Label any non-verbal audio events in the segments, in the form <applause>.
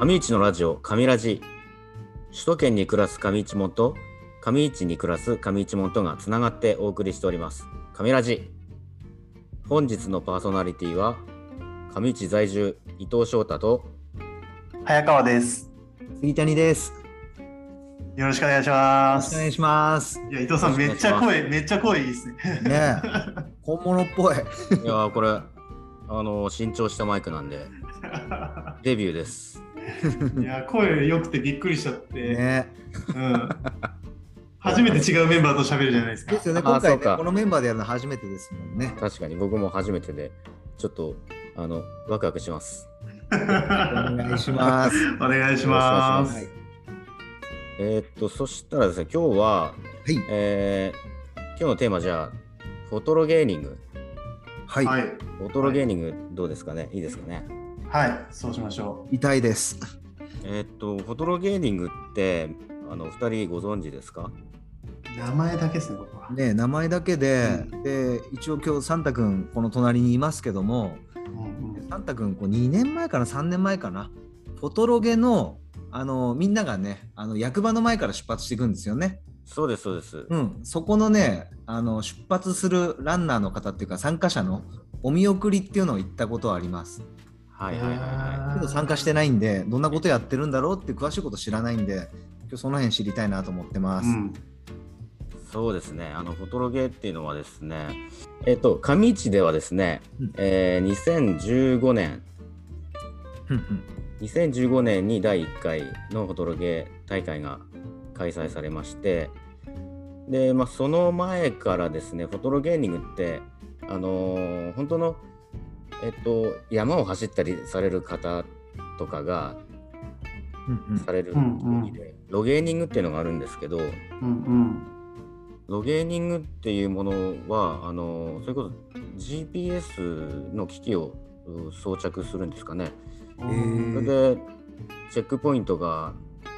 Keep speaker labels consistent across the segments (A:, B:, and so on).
A: 上市のラジオ上ラジ首都圏に暮らす上市門と上市に暮らす上市門とがつながってお送りしております上ラジ本日のパーソナリティは上市在住伊藤翔太と
B: 早川です。
C: 杉谷です。
B: よろしくお願いし
C: よ
B: ま
C: ろしくお願
B: す。
C: い
B: い
C: します。ね
B: や、伊藤さん、めっちゃ声、めっちゃ声いいです
C: <laughs>
B: ね。
C: え、本物っぽい。
A: いやーこれあのー新調したマイクなん
C: <laughs>
A: でデビューです
B: いや、声良くてびっくりしちゃって、
C: ね
B: うん。初めて違うメンバーと喋るじゃないです
C: え、
B: か
C: で。すよね、
A: あ
C: 今
A: そ
C: 回
A: う
C: ね、
A: か
C: このメンバーでやるの初めてですもんね。
A: 確かに僕も初めてでちょっとあのワクワクします
C: お願いします。
B: お願いしま
C: は
B: す
C: い。。
A: えーっとそしたらですね今日はえー今日のテーマじゃあフォトロゲーニング
C: はい。
B: は。
C: はい
A: フォトロゲーニングどうですかね、い、いですかね
B: はい、そうしましょ
C: い。痛いです。
A: えーっとフォトロゲーニングってあの二人ご存知ですか
B: う。名前だけですね、僕は。
C: ねえ、名前だけで、
B: う
C: で、一応今日サンタ君、この隣にいますけども。
B: うんうん
C: サンタ君、こう2年前かな、3年前かな。フォトロゲの、あの、みんながね、あの、役場の前から出発していくんですよね。
A: そうですそうです、
C: うん、そこのねあの出発するランナーの方っていうか参加者のお見送りっていうのを言ったことはあります
A: はいはいはいは
C: けど参加してないんでどんなことやってるんだろうって詳しいこと知らないんで今日その辺知りたいなと思ってます、
B: うん。
A: いそうですねあのフォトロゲーっていうのはですねえーっと上市ではですね、
C: うん
A: えー2015年
C: ふんふん
A: 2015年に第1回のフォトロゲー大会が開催されましてで、まあ、その前からですねフォトロゲーニングって、あのー本当の、えっと、山を走ったりされる方とかが
C: ふんふん
A: される
B: うんうん
A: 競技で、ロゲーニングっていうのがあるんですけど
B: うんうん。
A: ロゲーニングっていうものはあのーそれこそ GPS の機器をうん装着するんですかね。それ
C: えー
A: でチェックポイントが、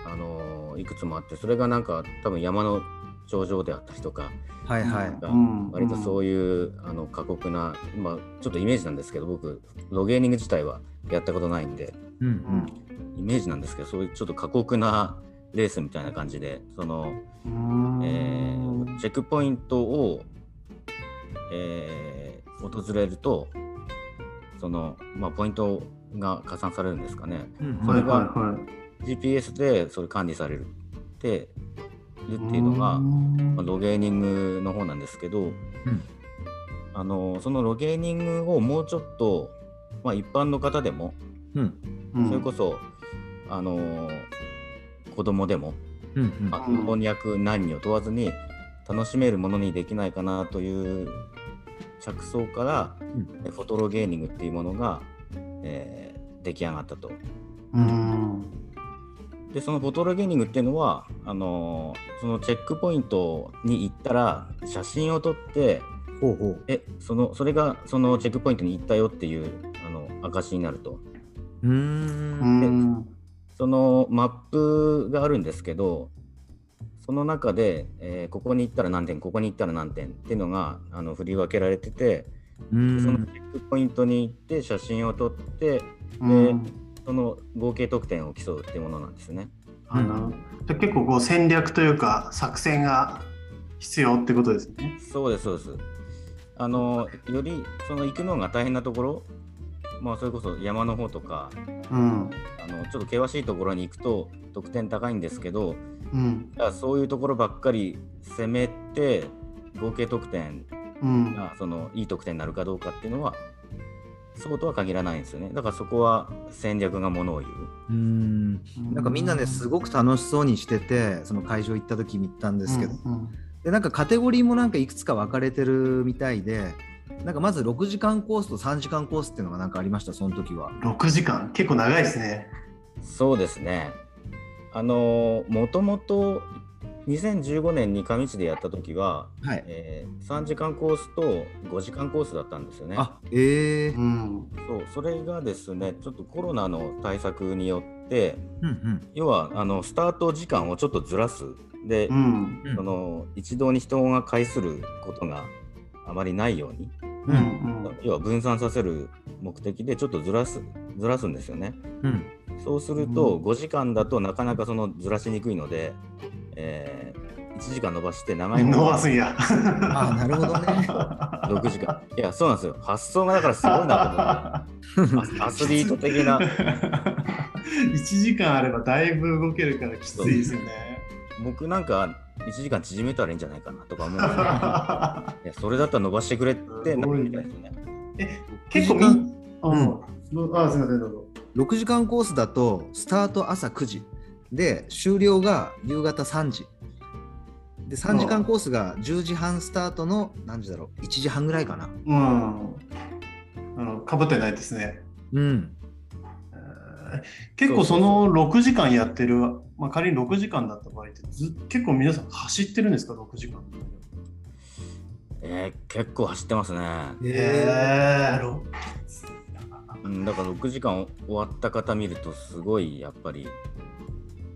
A: あのーいくつもあってそれがなんか多分山の頂上であったりとか
C: はいはい、
B: うん
A: 割とそういう、あの過酷な、まあ、ちょっとイメージなんですけど僕ロゲーニング自体はやったことないんで
C: うんう
B: うん
C: ん
A: イメージなんですけどそういうちょっと過酷なレースみたいな感じでその、
B: うん
A: えーチェックポイントを、えー訪れるとその、まあ、ポイントが加算されるんですかね。
C: うん
A: そ
B: は
A: れ
B: い
A: が
B: はいはい。
A: GPS でそれ管理されるってるっていうのが、
B: ん
A: まあロゲーニングの方なんですけど、あのそのロゲーニングをもうちょっと、まあ、一般の方でも
C: うん
B: うん
A: それこそ、あの子供でも、
C: うんうん
A: まあ
B: うん
A: 老若男女問わずに楽しめるものにできないかなという着想から、
C: う
A: フォトロゲーニングっていうものが、えー出来上がったと。
B: うん
A: でそのフォトロゲーニングっていうのはあのーそのチェックポイントに行ったら写真を撮って
C: ほうほう
A: えそのそれがそのチェックポイントに行ったよっていうあの証になると
C: うー
B: うんん。
A: そのマップがあるんですけどその中で、えーここに行ったら何点ここに行ったら何点っていうのがあの振り分けられててで
C: う
A: その
C: ん
A: チェックポイントに行って写真を撮って
B: うん
A: その合計得点を競うっていうものなんですね。
B: あのじゃあ結構こう戦略というか作戦が必要ってことですね。
A: そうですそうです。あのよりその行くのが大変なところ、まあそれこそ山の方とか、
B: うん。
A: あのちょっと険しいところに行くと得点高いんですけど、
B: うん。
A: だからそういうところばっかり攻めて合計得点
B: うん。
A: がそのいい得点になるかどうかっていうのは。そうとは限らないんですよね。だからそこは戦略がものを言う。
C: うんなんかみんなねすご
B: く
C: く楽しそうにしててその会場行った時見たんで
B: です
C: けど、でなんかカテゴリーもなんかいくつか分かれてるみたいでなんかまず6時間コースと3時間コースっていうのがなんかありましたその時は。
B: 6時間結構長いですね。
A: そうですね。あのもともと2015年に上市でやった時は、
C: はい、
A: えー3時間コースと5時間コースだったんですよね。
C: あええー
B: うん。
A: そうそれがですねちょっとコロナの対策によって
C: うんうん
A: 要はあのスタート時間をちょっとずらすで、
B: うん。
C: うん
A: その一堂に人が会することがあまりないように、
B: うん。うん。
A: 要は分散させる目的でちょっとずらすずらすんですよね。
C: うん
A: そうすると
C: うん
A: 5時間だとなかなかそのずらしにくいので、えー1時間伸ばして長いもの
B: 伸
A: は
B: ばすんや。
C: ああ、なるほどね。
A: 6時間。いや、そうなんですよ。発想がだからすごい
B: <laughs>
A: なと思って、
C: <laughs>
A: アスリート的な。
B: 1時間あればだいぶ動けるからきついですよね。
A: 僕なんか1時間縮めたらいいんじゃないかなとか思うんです
C: <laughs>
A: よねいやそれだったら伸ばしてくれってなるみたいですね。
B: え <laughs> 結構み
C: 6時
B: んうん、どうあすみませんどうぞ。
C: 6時間コースだとスタート朝9時で終了が夕方3時で3時間コースが10時半スタートの何時だろう1時半ぐらいかな
B: うん。あのかぶってないですね。
C: うん
B: えー結構その6時間やってる、まあ、仮に6時間だった場合ってず結構皆さん走ってるんですか6時間
A: えー結構走ってますね。
B: えー、ろ
A: うん、だから6時間終わった方見るとすごいやっぱり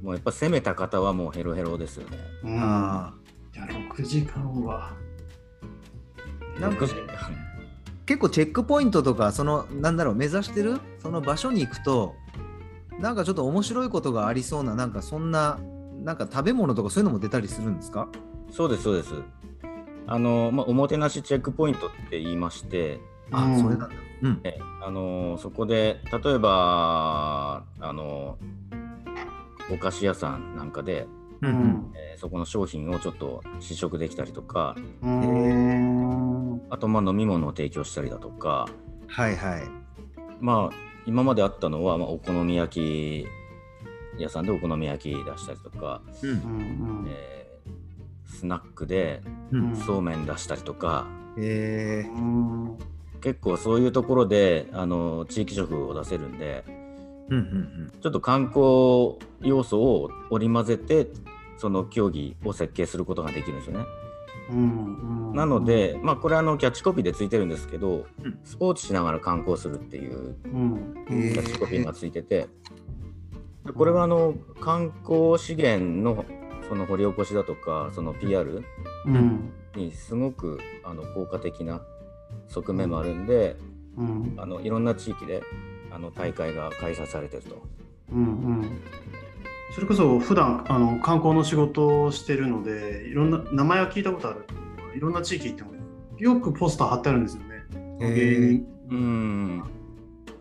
A: もうやっぱ攻めた方はもうヘロヘロですよね。
B: うん、いや
C: あ
B: 6時間は
C: なん
B: え
C: か
A: 6時 <laughs>
C: ー結構チェックポイントとかそのなんだろう目指してるその場所に行くとなんかちょっと面白いことがありそうななんかそんななんか食べ物とかそういうのも出たりするんですか
A: そうですそうです。あのまあ、おもてなしチェックポイントって言いまして、
C: あ、
B: うん
C: それなんだうん
A: えあのそこで例えばあのお菓子屋さんなんかで、
C: う
B: ーうん
A: えーそこの商品をちょっと試食できたりとか
B: うん
A: あとまあ飲み物を提供したりだとか
C: はいはい
A: まあ今まであったのは、まあ、お好み焼き屋さんでお好み焼き出したりとか、
C: うん
B: うん
A: えースナックで
C: うん
B: ん
A: そうめん出したりとか、
C: えー
B: うん
A: 結構そういうところであの地域食を出せるんで
C: うんうん
A: ちょっと観光要素を織り交ぜてその競技を設計することができるんですよね。
B: うんうん
A: なので、まあ、これあのキャッチコピーでついてるんですけど、
C: うん
A: スポーツしながら観光するっていう
B: うん
C: え
A: キャ
C: ー
A: ッチコピーがついてて、でこれはあの観光資源のその掘り起こしだとかその PR
B: うん
A: にすごくあの効果的な側面もあるんで、
B: うん
A: あのいろんな地域であの大会が開催されてると。
B: うんうんそれこそ普段あの観光の仕事をしてるのでいろんな名前は聞いたことあるいろんな地域行ってもよくポスター貼ってあるんですよね。
C: へ
B: 芸
C: ー
B: 人
A: うん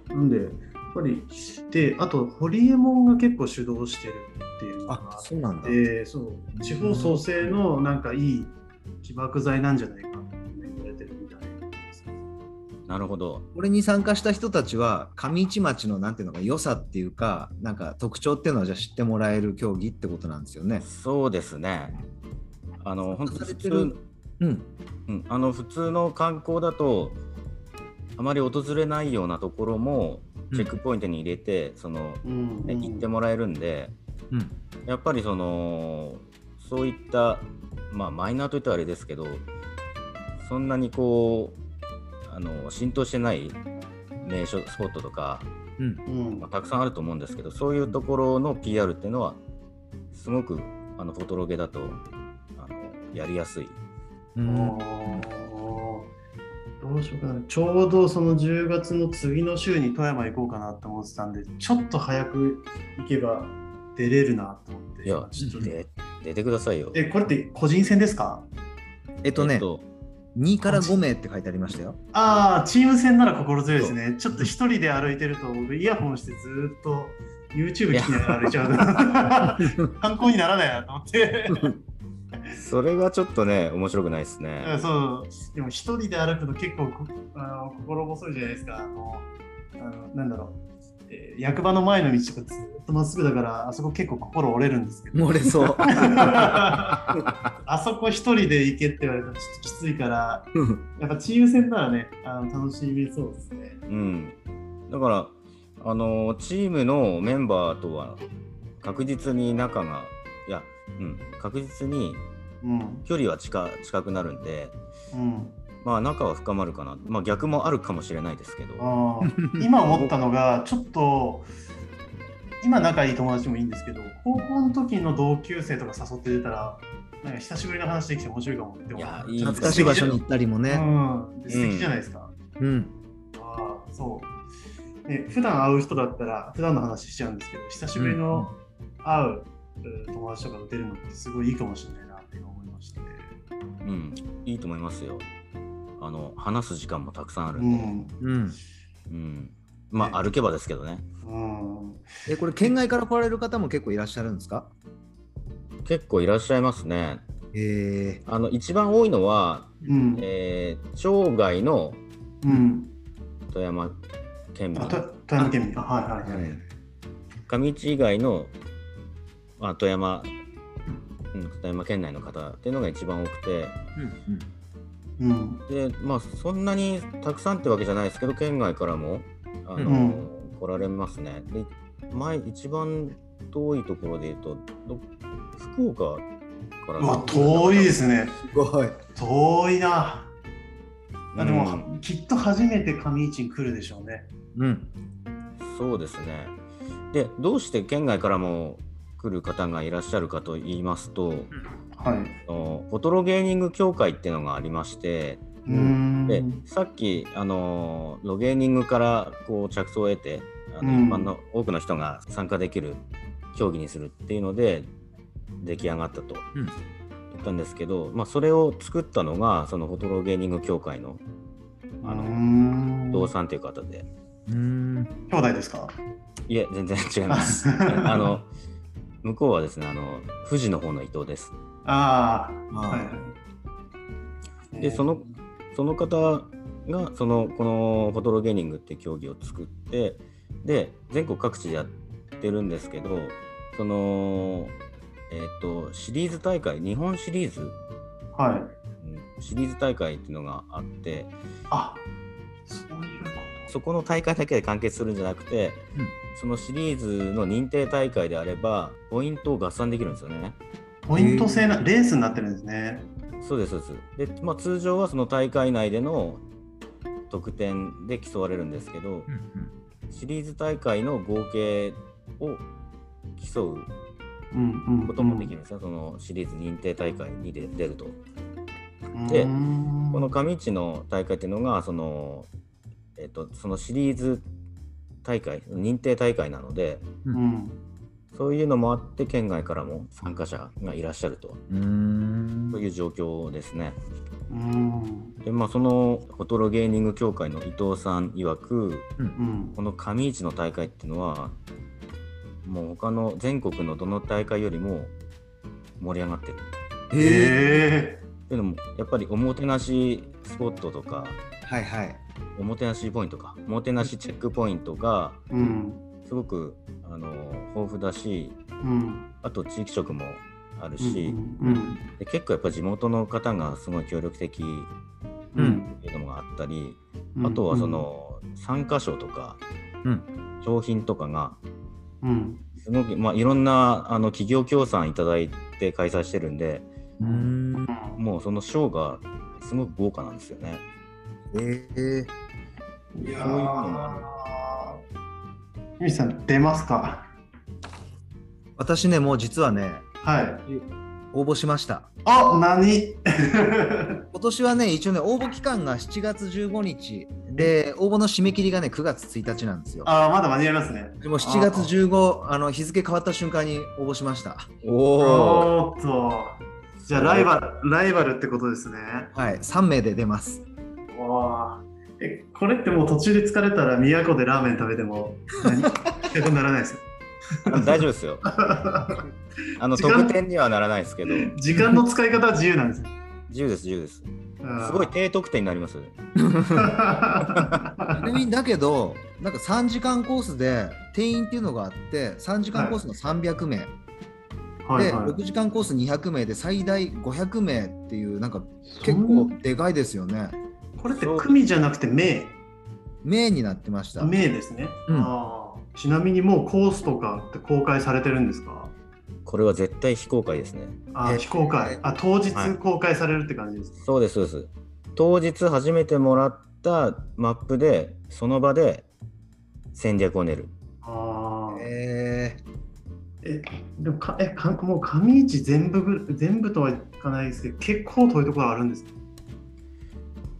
B: なんでやっぱりであとホリエモンが結構主導してるっていうのが
C: あ
B: あ
C: そうなん
B: っ
C: だ
B: てそう地方創生のなんかいい起爆剤なんじゃないかって言われてるみたいです。
A: なるほど。
C: これに参加した人たちは上市町のなんていうのか良さっていうかなんか特徴っていうのはじゃあ知ってもらえる競技ってことなんですよね。
A: そうですね。あの本当普通、
C: うん、
A: うん、あの普通の観光だとあまり訪れないようなところもチェックポイントに入れて、その
B: うん
A: ね行って
B: も
A: もらえるんで、
C: うん
A: やっぱりそのそういった、まあ、マイナーといったらあれですけどそんなにこうあの浸透してない名所スポットとか、
C: うん
B: うん
A: まあ、たくさんあると思うんですけどそういうところの PR っていうのはすごくあのフォトロゲだとあのやりやすい。
C: うん
B: おーどうしようかなちょうどその10月の次の週に富山行こうかなと思ってたんでちょっと早く行けば出れるなと思って
A: いや
B: ちょっ
A: <laughs>
B: とね
A: で出てくださいよ。
B: えこれって個人戦ですか
C: えっと
A: え
C: ね、
A: っと
C: 2から5名って書いてありましたよ。
B: ああチーム戦なら心強いですねちょっと一人で歩いてると僕イヤホンしてずーっと YouTube 聞きながら歩いちゃ
A: <laughs>
B: うから参考にならないなと思って
A: それはちょっとね面白くないですね。
B: うんそうでも一人で歩くの結構こあの心細いじゃないですかあのあのなんだろう、えー役場の前の道とかずっとまっすぐだからあそこ結構心折れるんですけど
C: 漏れ <laughs> そう。
B: あそこ一人で行けって言われたらちょっときついからやっぱチーム戦ならねあの楽しみそうですね
A: うん、だからあのチームのメンバーとは確実に仲がいや、うん、確実に
B: うん
A: 距離は近近くなるんで、
B: うん
A: まあ、仲は深まるかな、まあ、逆もあるかもしれないですけど、
B: あー今思ったのがちょっと今仲いい友達もいいんですけど高校の時の同級生とか誘って出たらなんか久しぶりの話できて面白いかもって思
A: いや
B: う
A: いい
C: 懐かしい場所に行ったりもね。
B: うん、で素敵じゃないですか、
C: うん、
B: ああそうね、普段会う人だったら、普段の話しちゃうんですけど、久しぶりの会ううん友達とかと出るのってすごいいいかもしれないなって今思いましたね。
A: うん、いいと思いますよ。あの話す時間もたくさんある
B: うん
A: で、
B: ん。
C: うん、
A: うんまあ歩けばですけどね、
B: うん。
C: えこれ県外から来られる方も結構いらっしゃるんですか
A: 結構いらっしゃいますね。
C: え
A: あの一番多いのは、
B: うん。
A: えー町外の
B: うん。
A: 富山県民
B: あ、た富山県民。あ、はいはいはい。
A: 上市以外の、まあ、富山、うん、富山県内の方っていうのが一番多くて
C: うん
B: うん。
A: でまあそんなにたくさんってわけじゃないですけど県外からもあの、
B: うん
A: 来られますねで前一番遠いところで言うとど福岡から
B: うわ、遠いですすね。
C: すごい。
B: 遠いな。あでも、きっと初めて上市に来るでしょうね。
C: うん。
A: そうですねでどうして県外からも来る方がいらっしゃるかと言いますと、
B: はい。
A: あのフォトロゲーニング協会っていうのがありまして
B: うーん。
A: でさっき、あのーロゲーニングからこう着想を得てあの、
B: うん
A: 一般の多くの人が参加できる競技にするっていうので出来上がったと
C: う
A: 言
C: ん
A: ったんですけど、まあ、それを作ったのがそのフォトロゲーニング協会のあ
B: うー
A: の
B: ん
A: 伊藤さんという方で、
C: うん。
B: 兄弟ですか
A: いえ全然違います。
B: <laughs>
A: あの向こうはですねあの富士の方の伊藤です。
B: ああ。
C: あー
B: はいはい。
A: で
B: えー
A: そのその方がそのこのフォトロゲーニングっていう競技を作ってで全国各地でやってるんですけどそのえっ、とシリーズ大会日本シリーズ
B: はい。
A: うんシリーズ大会っていうのがあって
B: あ、そういうこ
A: そこの大会だけで完結するんじゃなくて、
C: うん
A: そのシリーズの認定大会であればポイントを合算できるんですよね。
B: と。ポイント制な、レースになってるんですね。
A: そうですそうですで、まあ、通常はその大会内での得点で競われるんですけど、
C: うん。
A: シリーズ大会の合計を競う
B: うんうん、うん。
A: こともできるんですよ、そのシリーズ認定大会に出出ると。
B: で
A: で
B: こ
A: この上市の大会っていうのがその,、えっとそのシリーズ大会認定大会なので
B: うん。
A: そういうのもあって県外からも参加者がいらっしゃると
C: うん。
A: そういう状況ですね。
B: うん。
A: でまあそのフォトロゲーニング協会の伊藤さん曰く
B: うん
A: こ。の上市の大会っていうのはもう他の全国のどの大会よりも盛り上がってる
C: え
B: え
A: というのもやっぱりおもてなしスポットとか
C: ー。はいはい。
A: おもてなしポイントかおもてなしチェックポイントが
B: えうん。
A: すごくあの豊富だし
B: うん。
A: あと地域色もある
B: うん
A: し、
B: うん。
A: で結構やっぱ地元の方がすごい協力的っ
C: うん
A: ていうのがあったり、
B: うん
A: あとはそ、の参加賞とか、
C: うん
A: 商品とかが
B: うん。
A: すごく、まあ、いろんなあの企業協賛いただいて開催してるんで
C: うん。
A: もうその賞がすごく豪華なんですよね。
C: えー。
B: いや
A: そういうのも
B: ー、ゆみさん、出ますか
C: 私ね、もう実はね、
B: はい。
C: 応募しました。
B: あ何 <laughs>
C: 今年はね、一応ね、応募期間が7月15日で、応募の締め切りがね、9月1日なんですよ。
B: あー、まだ間に合いますね。
C: でも7月15あの日付変わった瞬間に応募しました。
A: お
B: おーっと。じゃあ、ライバル、ライバルってことですね。
C: はい、3名で出ます。
B: わあ。え、これってもう途中で疲れたら、都でラーメン食べても、何企画にならないですよ。 <laughs>
A: 大丈夫ですよ。あの
B: 時間
A: 得点にはならないですけど、
B: 時間の使い方は自由なんですよ。
A: 自由です、自由です。
B: す
A: す
B: <laughs>
A: ごい。低得点になります。
C: ちなみにだけど、なんか3時間コースで定員っていうのがあって、3時間コースの300名、
B: はい
C: で
B: は
C: 6時間コース200名で最大500名っていう、なんか
B: い、
C: 結構でかいですよね。
B: これって組じゃなくて名
C: 名になってました。
B: 名ですね、
C: うん
B: あーちなみにもうコースとかって公開されてるんですか
A: これは絶対非公開ですね。
B: あ
C: え
B: ー
C: ー
B: 非公開あ当日
A: はい
B: 公開されるって感じですか、
A: そうです、そうです。当日初めてもらったマップで、その場で戦略を練る。
B: あー
C: え
B: えでもかえかもう上市全部ぐ全部とはいかないですけど結構遠いところあるんですか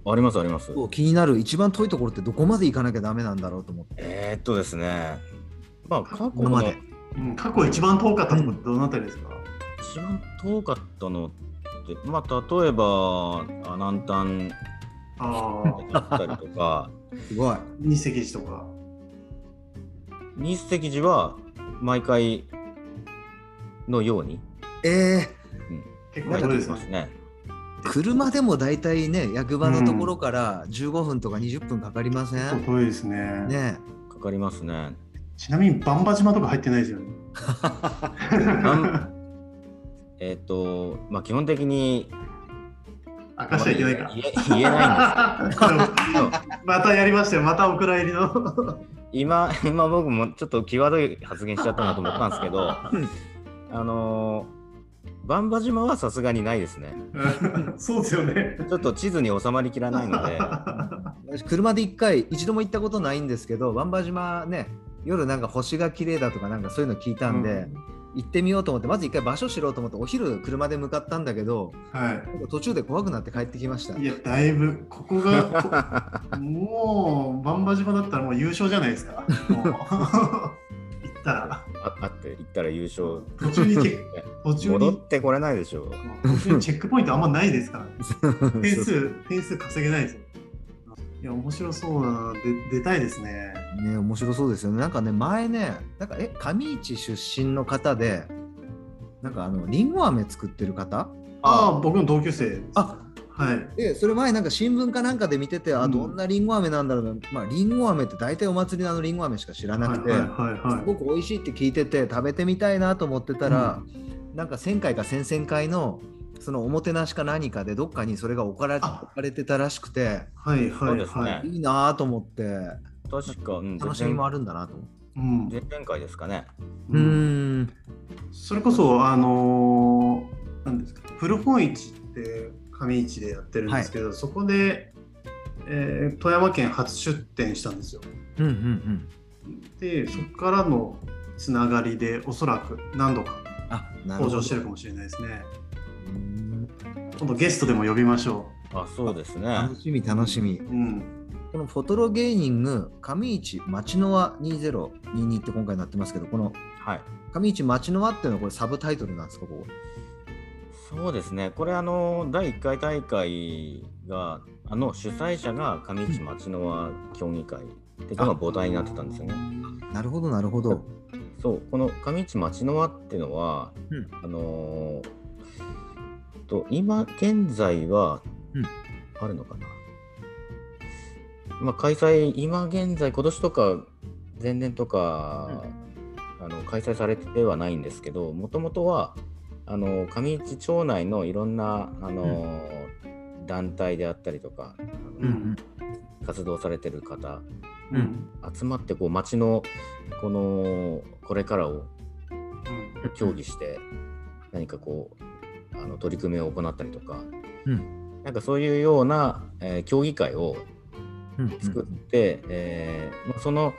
A: あありますあります。
C: そう気になる一番遠いところってどこまで行かなきゃダメなんだろうと思って
A: えー、っとですね、まあ、過去
C: 今ま
A: の
C: で
A: 一
B: うん、過去一番遠かったとこってどのあたりですか、
A: 番遠かったのって、まあ、例えば、阿南丹
B: ああ、
C: <laughs>
A: だったりと
B: <laughs>
A: か、
C: すごい
B: 日石寺とか。
A: 日石寺は毎回のように
C: え
B: 結構
A: な
B: 遠いです
A: ます
B: ね。
A: ね。
C: ー、車でも大体ね役場のところから15分とか20分かかりませ
B: 結
C: ん、
B: 構遠いですね
C: ね
A: かかりますね。
B: ちなみに、バンバ島とか入ってないです
C: <laughs>
B: よね。
A: えーっと、まあ、基本的に
B: 明かしちゃいけないから。
A: 言え言えないんですけど。
B: またやりましたよ、またお蔵入りの。
A: 今今僕もちょっと際どい発言しちゃったなと思ったんですけどあのー、バンバ島はさすがにないですね
B: <laughs> そうですよね。
A: ちょっと地図に収まりきらないの
B: <laughs>
A: で
C: 私車で一回一度も行ったことないんですけど湾場島ね夜なんか星が綺麗だとかなんかそういうの聞いたんで、行ってみようと思ってまず一回場所知ろうと思ってお昼車で向かったんだけど
B: は
C: なんか途中で怖くなって帰ってきました
B: い。いや、だいぶ、ここが、こもう、バンバ島だったらもう優勝じゃないですか。もう行ったら、
A: ああって言ったら優勝
B: 途中にチ <laughs> ェック、途中
A: 戻っ
B: に、
A: てこれないでしょう
B: 途中にチェックポイントあんまないですから、ね。点数、点数稼げないですよ。いや、面白そうだな。で出たいですね。
C: ね面白そうですよねなんかね前ねなんかえ上市出身の方でなんかあのりんご飴作ってる方
B: ああ、僕の同級生です。
C: あ
B: はい。
C: でそれ前なんか新聞かなんかで見てて、
B: う
C: あ
B: ん
C: どんなりんご飴なんだろうなまありんご飴って大体お祭りのあのりんご飴しか知らなくて、
B: はいはいはい
C: す
B: は
C: ごく美味しいって聞いてて食べてみたいなと思ってたら、なんか1000回か1000々回のそのおもてなしか何かでどっかにそれが置かれ置
B: あ
C: かれてたらしくて
B: い。はい
A: そ
B: は
A: う
B: い
A: です
B: はい。
A: ね
C: いいなと思って
A: 確か、うん、
C: 楽しみもあるんだなと思って。
B: うん
A: 前前々回ですかね
C: う
B: うん
C: ーん
B: それこそ、あのー、なんですか、古本市って上市でやってるんですけど、そこで、えー富山県初出店したんですよ。
C: うんうんうん
B: で、そこからのつながりで、おそらく何度か
C: あなるほ
B: 登
C: ど
B: 場してるかもしれないですね。
C: うん
B: 今度ゲストでも呼びましょ
A: あそうですね
C: 楽しみ楽しみ
B: う。うん。
C: このフォトロゲーニング上市町の輪2022って今回なってますけどこの
A: はい
C: 上市町の輪っていうのはこれサブタイトルなんですかここ
A: そうですねこれあの第1回大会があの主催者が上市町の輪協議会っていうのが母体になってたんですよね
C: なるほどなるほど
A: そうこの上市町の輪っていうのは、
C: うん
A: あのーと今現在は、
C: うん
A: あるのかな、まあ、開催今現在今年とか前年とか、あの開催されてはないんですけどもともとはあの上市町内のいろんなあのー、団体であったりとか
B: うん。
A: 活動されてる方
B: うん。うん。
A: 集まってこう町のこのこれからを協議して何かこうあの取り組みを行ったりとか、
C: う
A: なんかそういうような、えー協議会を
C: うん
A: 作って、えーまあその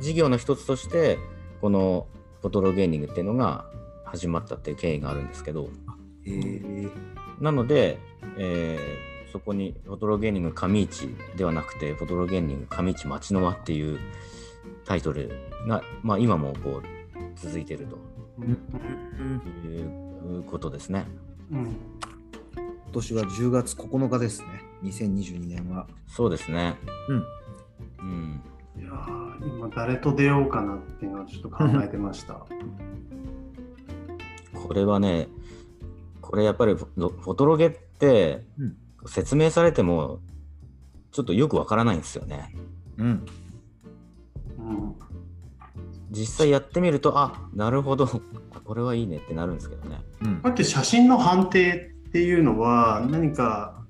A: 事業の一つとしてこのフォトロゲーニングっていうのが始まったっていう経緯があるんですけど
C: えー
A: なので、えーそこにフォトロゲーニング上市ではなくてフォトロゲーニング上市町の輪っていうタイトルが、まあ、今もこう続いてる
B: うん
A: ということですね。
B: うん。
C: 今年は10月9日ですね2022年は
A: そうですね。
C: うん
A: うん。
B: いやー今誰と出ようかなっていうのをちょっと考えてました。
A: これはね、これやっぱりフォフォトロゲって
C: うん
A: 説明されてもちょっとよくわからないんですよね。
C: うん
B: うん
A: 実際やってみると、あなるほど、 <laughs> あこれはいいねってなるんですけどね。
C: うん
B: さっき写真の判定っていうのは何か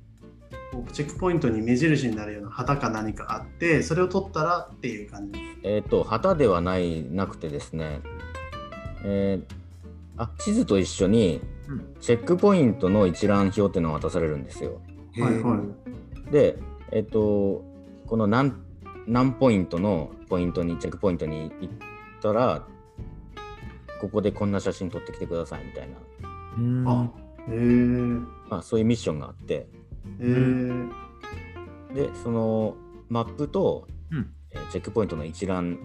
B: こうチェックポイントに目印になるような旗か何かあってそれを取ったらっていう感じ。
A: えっ、と、旗ではないなくてですね、えーあ地図と一緒に
C: うん
A: チェックポイントの一覧表っていうのが渡されるんですよ。
C: へー
B: はいはい。
A: で、えっと、この何何ポイントのポイントにチェックポイントに行ったらここでこんな写真撮ってきてくださいみたいな、
C: うん
B: あへえ
A: まあ、そういうミッションがあって
B: へえ
A: でそのマップと、
C: うん
A: えーチェックポイントの一覧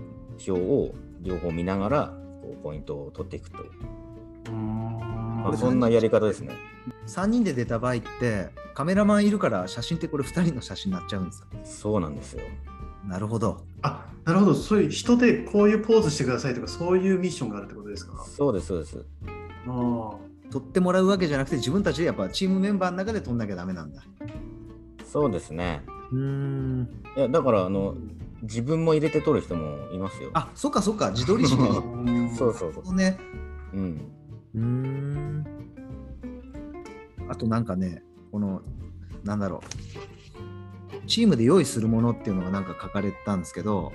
A: 表を両方見ながらこうポイントを取っていくという、まあ
C: れ
A: そんなやり方ですね。
C: 3人で出た場合ってカメラマンいるから写真ってこれ2人の写真になっちゃうんですよ
A: そうなんですよ。
C: なるほど
B: あなるほど、そういう人でこういうポーズしてくださいとか、そういうミッションがあるってことですか。
A: そうですそうです。
B: あー
C: 撮ってもらうわけじゃなくて自分たちでやっぱチームメンバーの中で撮んなきゃダメなんだ
A: そうですね。
C: うーん
A: いやだからあの自分も入れて取る人もいますよ。
C: あそっかそっか自撮りしない
A: そうそうそう。
C: とね
A: <laughs> うん。
C: うーんあとなんかねこのなんだろうチームで用意するものっていうのがなんか書かれてたんですけど、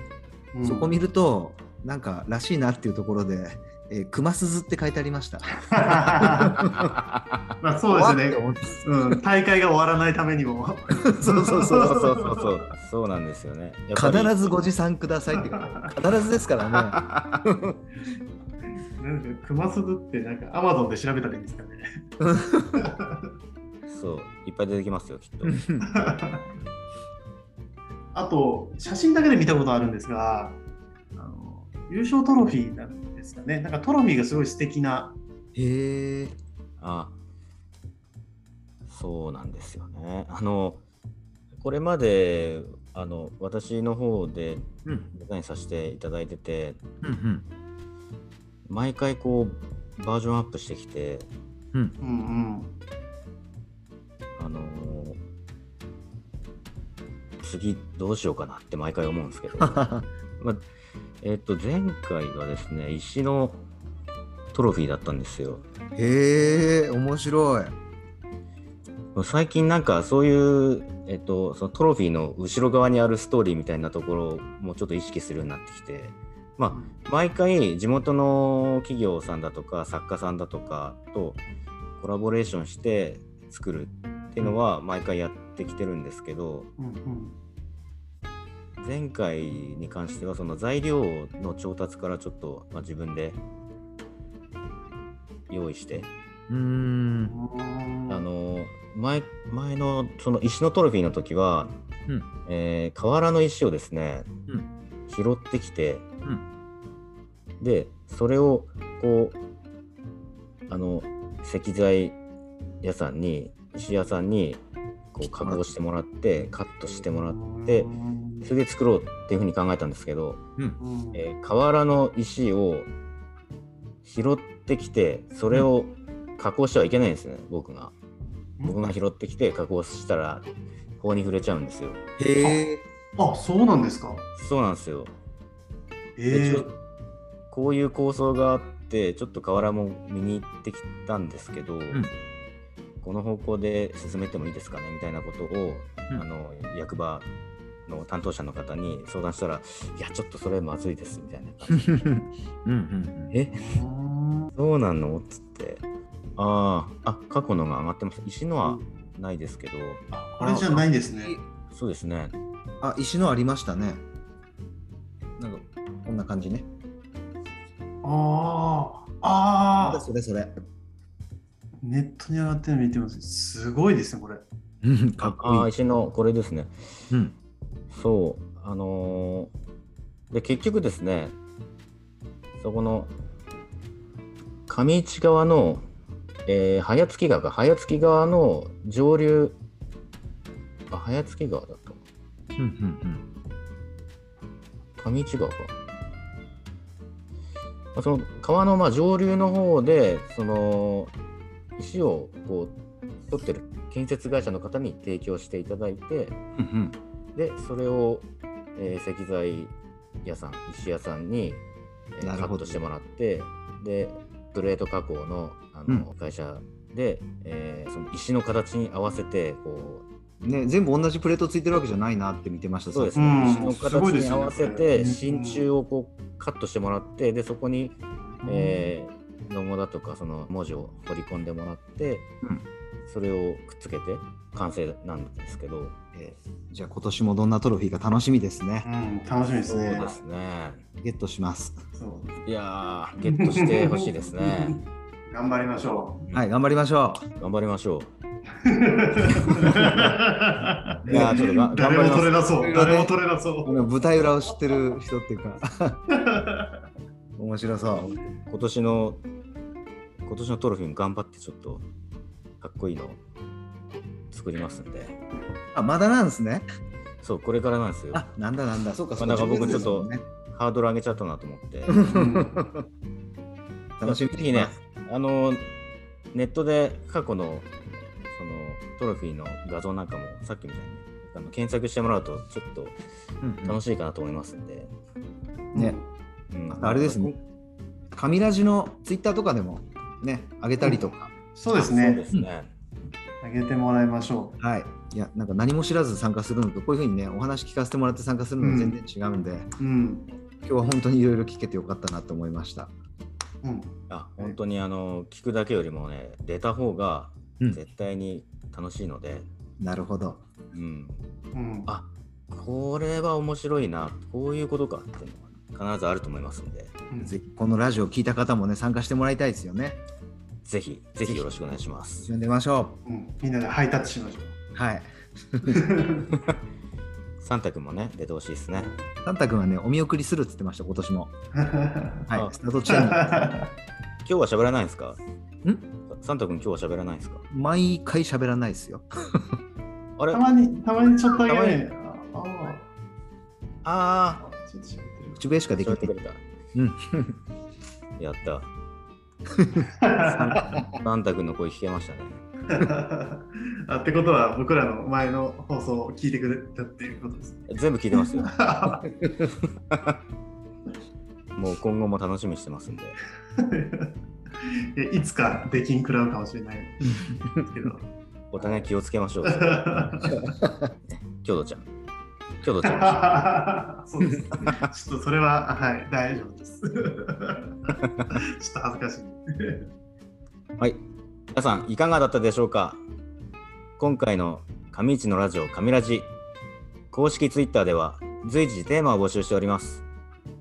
B: うん
C: そ
B: <laughs>
C: こ見るとなんからしいなっていうところで「えー、熊鈴」って書いてありました。
B: まあそうですね、
C: 怖って思った
B: うん、大会が終わらないためにも
C: そうそ
A: そうそうそ
C: うそう
A: う
B: <laughs>
A: そう。そうなんですよね。やっぱり
C: 必ずご持参くださいって書いてある必ずですからね。
B: なんか熊鈴ってなんかアマゾンで調べたらいいんですかね
A: そういっぱい出てきますよきっと。
B: <laughs> あと写真だけで見たことあるんですがあの優勝トロフィーなんですかねなんかトロフィーがすごい素敵な <laughs>
C: へえ。
A: あそうなんですよね。あのこれまであの私の方で
C: うん
A: デザインさせていただいてて
C: うん
A: 毎回こうバージョンアップしてきて
C: うん
B: うんうん
A: あの次どうしようかなって毎回思うんですけど、
C: う
A: ま
C: ん。
A: あえっと前回がですね石のトロフィーだったんですよ。
C: へえ面白い。
A: 最近なんかそういう、えっと、そのトロフィーの後ろ側にあるストーリーみたいなところをもうちょっと意識するようになってきてまあ毎回地元の企業さんだとか作家さんだとかとコラボレーションして作るっていうのは毎回やってきてるんですけど
B: うんうん
A: 前回に関してはその材料の調達からちょっと、まあ、自分で用意して
C: うーん。
B: うん
A: あの前前のその石のトロフィーの時は、
C: うん
A: えー河原の石をですね、
C: うん
A: 拾ってきて、
C: うん
A: でそれをこうあの石材屋さんに石屋さんにこう加工してもらってカットしてもらって
B: うん
A: それで作ろうっていうふうに考えたんですけど、
B: うん
A: えー河原の石を拾ってきてそれを加工してはいけないんですね、僕が。僕が拾ってきて加工したら法に触れちゃうんですよ。
C: へえ。
B: あそうなんですか
A: そうなんですよ。
B: え
A: で
B: え
A: ちょこういう構想があってちょっと河原も見に行ってきたんですけど、
C: ん
A: この方向で進めてもいいですかねみたいなことを、
C: うん
A: あの役場の担当者の方に相談したら「いやちょっとそれまずいです」みたいな
C: <laughs> う
A: 感
C: ん
A: じ
C: うんうん。
A: で「え
B: うん
A: そうなの?」っつって「あーあ過去のが上がってます石のはないですけど、
B: あこれじゃないんですね
A: そうですね
C: あ石のありましたね。なんかこんな感じね。
B: あーあー
C: それそれ。
B: ネットに上がってるの見てますすごいですねこれ
C: うんかっ
A: あ
C: こ
A: ー
C: いい。
A: 石のこれですね
C: うん。
A: そう、あのーで、結局ですね、そこの、上市側の、えー、早月川か、早月川の上流、あ、早月川だっ
C: うんうん
A: た。上市川か。まあその川のまあ上流の方で、その、石をこう、取ってる建設会社の方に提供していただいて、
C: うん。うん
A: でそれを、えー石材屋さん石屋さんに、えー
C: なる
A: カ
C: ほ
A: ッ
C: ど
A: トしてもらってでプレート加工のあの、会社で、えーその石の形に合わせてこ
C: うん。ね全部同じプレートついてるわけじゃないなって見てました。
A: うそうです
B: う
A: ね、
B: ん
A: 石の
B: すご
A: 形
B: いです
A: に
B: よ
A: 合
B: ね
A: わせ
B: これ
A: て
B: ね
A: 真鍮をこうカットしてもらってでそこに、えー、ロゴだとかその文字を彫り込んでもらって、
C: うん
A: それをくっつけて完成なんですけど、
C: じゃあ今年もどんなトロフィーが楽しみですね
B: う。ん楽しみです
A: そう
B: ね
A: ですね
C: ゲットします。
B: そう
A: いやーゲットしてほしいですね。
B: 頑張りましょう。
C: はい、頑張りましょう。
A: 頑張りましょう。いやちょっとが頑
B: 誰
A: 張りま
B: も
A: す
B: 取れなそう。誰も取れなそ
C: 舞台裏を知ってる人っていうか <laughs>
B: う。
C: 面白そう
A: 今年の今年のトロフィーも頑張ってちょっとかっこいいのを作りますんで
C: あまだなんですね
A: そうこれからなんですよ
C: あなんだなんだそうか
A: まあ
C: そう
A: なんか僕
C: 自分ですもんね
A: ハードル上げちゃったなと思って
C: 楽しみに
A: ぜひねあのネットで過去のそのトロフィーの画像なんかもさっきみたいにあの検索してもらうとちょっと
C: うんうん
A: 楽しいかなと思いますんで、
C: ね
A: うん
C: あれですね神ラジのツイッターとかでもね上げたりとか、
B: そうです
A: そう
B: ね
A: で。すね
B: あげてもらいましょ
C: はいいやなんか何も知らず参加するのとこういうふうにねお話聞かせてもらって参加するのは全然違うんで、
B: う。うん。
C: 今日は本当にいろいろ聞けてよかったなと思いました
B: うん。
A: あ本当にあの聞くだけよりもね出た方が絶対に楽しいので、
C: なるほど
A: うん、
B: うん。
A: あこれは面白いなこういうことかっていうのが必ずあると思いますので
B: うん
C: ぜひこのラジオを聞いた方もね参加してもらいたいですよね
A: ぜひぜひよろしくお願いしま
C: 一
A: す
C: 緒に出ましょ
B: うんみんなでハイタッチし
A: <laughs>
B: ましょ
C: うはい
B: うん。
A: サンタ君もね出てほしいですね
C: サンタ君はねお見送りするっつってました今年もはい
A: あ
C: スタート地点に <laughs>
A: 今日は喋らないんですかサンタ君今日は喋らないんですか
C: 毎回喋らないですよ
A: あれ
B: <laughs> た
A: あ
B: まに、たまにちょっとだけ
A: たま
B: ね。あ
A: あ
B: あ、ちょ
A: <laughs>
B: っと喋ってる
C: 口笛しかでき
A: 喋
C: な
A: っ
C: い
A: てくれた
C: うん
A: <laughs> やったサンタ君の声聞けましたね
B: <laughs> あってことは僕らの前の放送を聞いてくれたっていうことです。 <laughs>
A: 全部聞いてますよ
B: は
A: もう今後も楽しみにしてますんで
B: いやいつか出禁食らうかもしれないですけど。 <laughs>
A: お互い気をつけましょう京都ちゃん京都ちゃんでした
B: そうですね。ちょっとそれは、はい、大丈夫です。 <laughs> ちょっと恥ずかしい。
A: はい。皆さん、いかがだったでしょうか今回の上市のラジオ、上ラジ。公式ツイッターでは随時テーマを募集しております。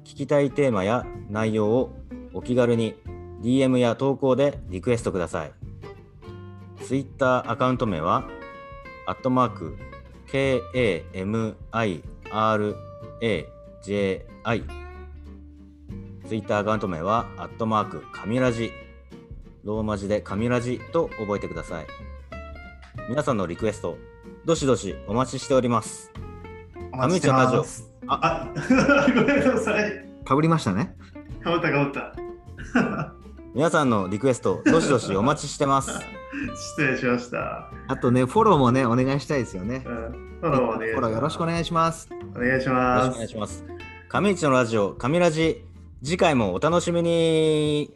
A: 聞きたいテーマや内容をお気軽に DM や投稿でリクエストください。ツイッターアカウント名は、アットマーク、KAMIRAJI。ツイッターアカウント名は、アットマーク、神ラジ。ローマ字で神ラジと覚えてください。皆さんのリクエスト、どしどしお待ちしております。
B: お待ちして
A: 神
B: ま
A: 内のラ
B: す。
A: ジオ
B: あ、ごめんなさい。
C: かぶりましたね
B: かぶったかぶった。
A: 皆さんのリクエスト、どしどしお待ちしてます。
B: 失礼しました。
C: あとねフォローもねお願いしたいですよね
B: うん、フ
C: フ
B: ォローお願いします。
C: ォローよろしくお願いします
B: お願いし
A: よろし
B: ま
A: くお願い
B: す。
A: します。神市のラジオ、神ラジ、次回もお楽しみに。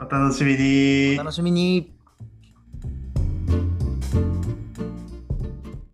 B: お楽しみに
C: お。楽しみに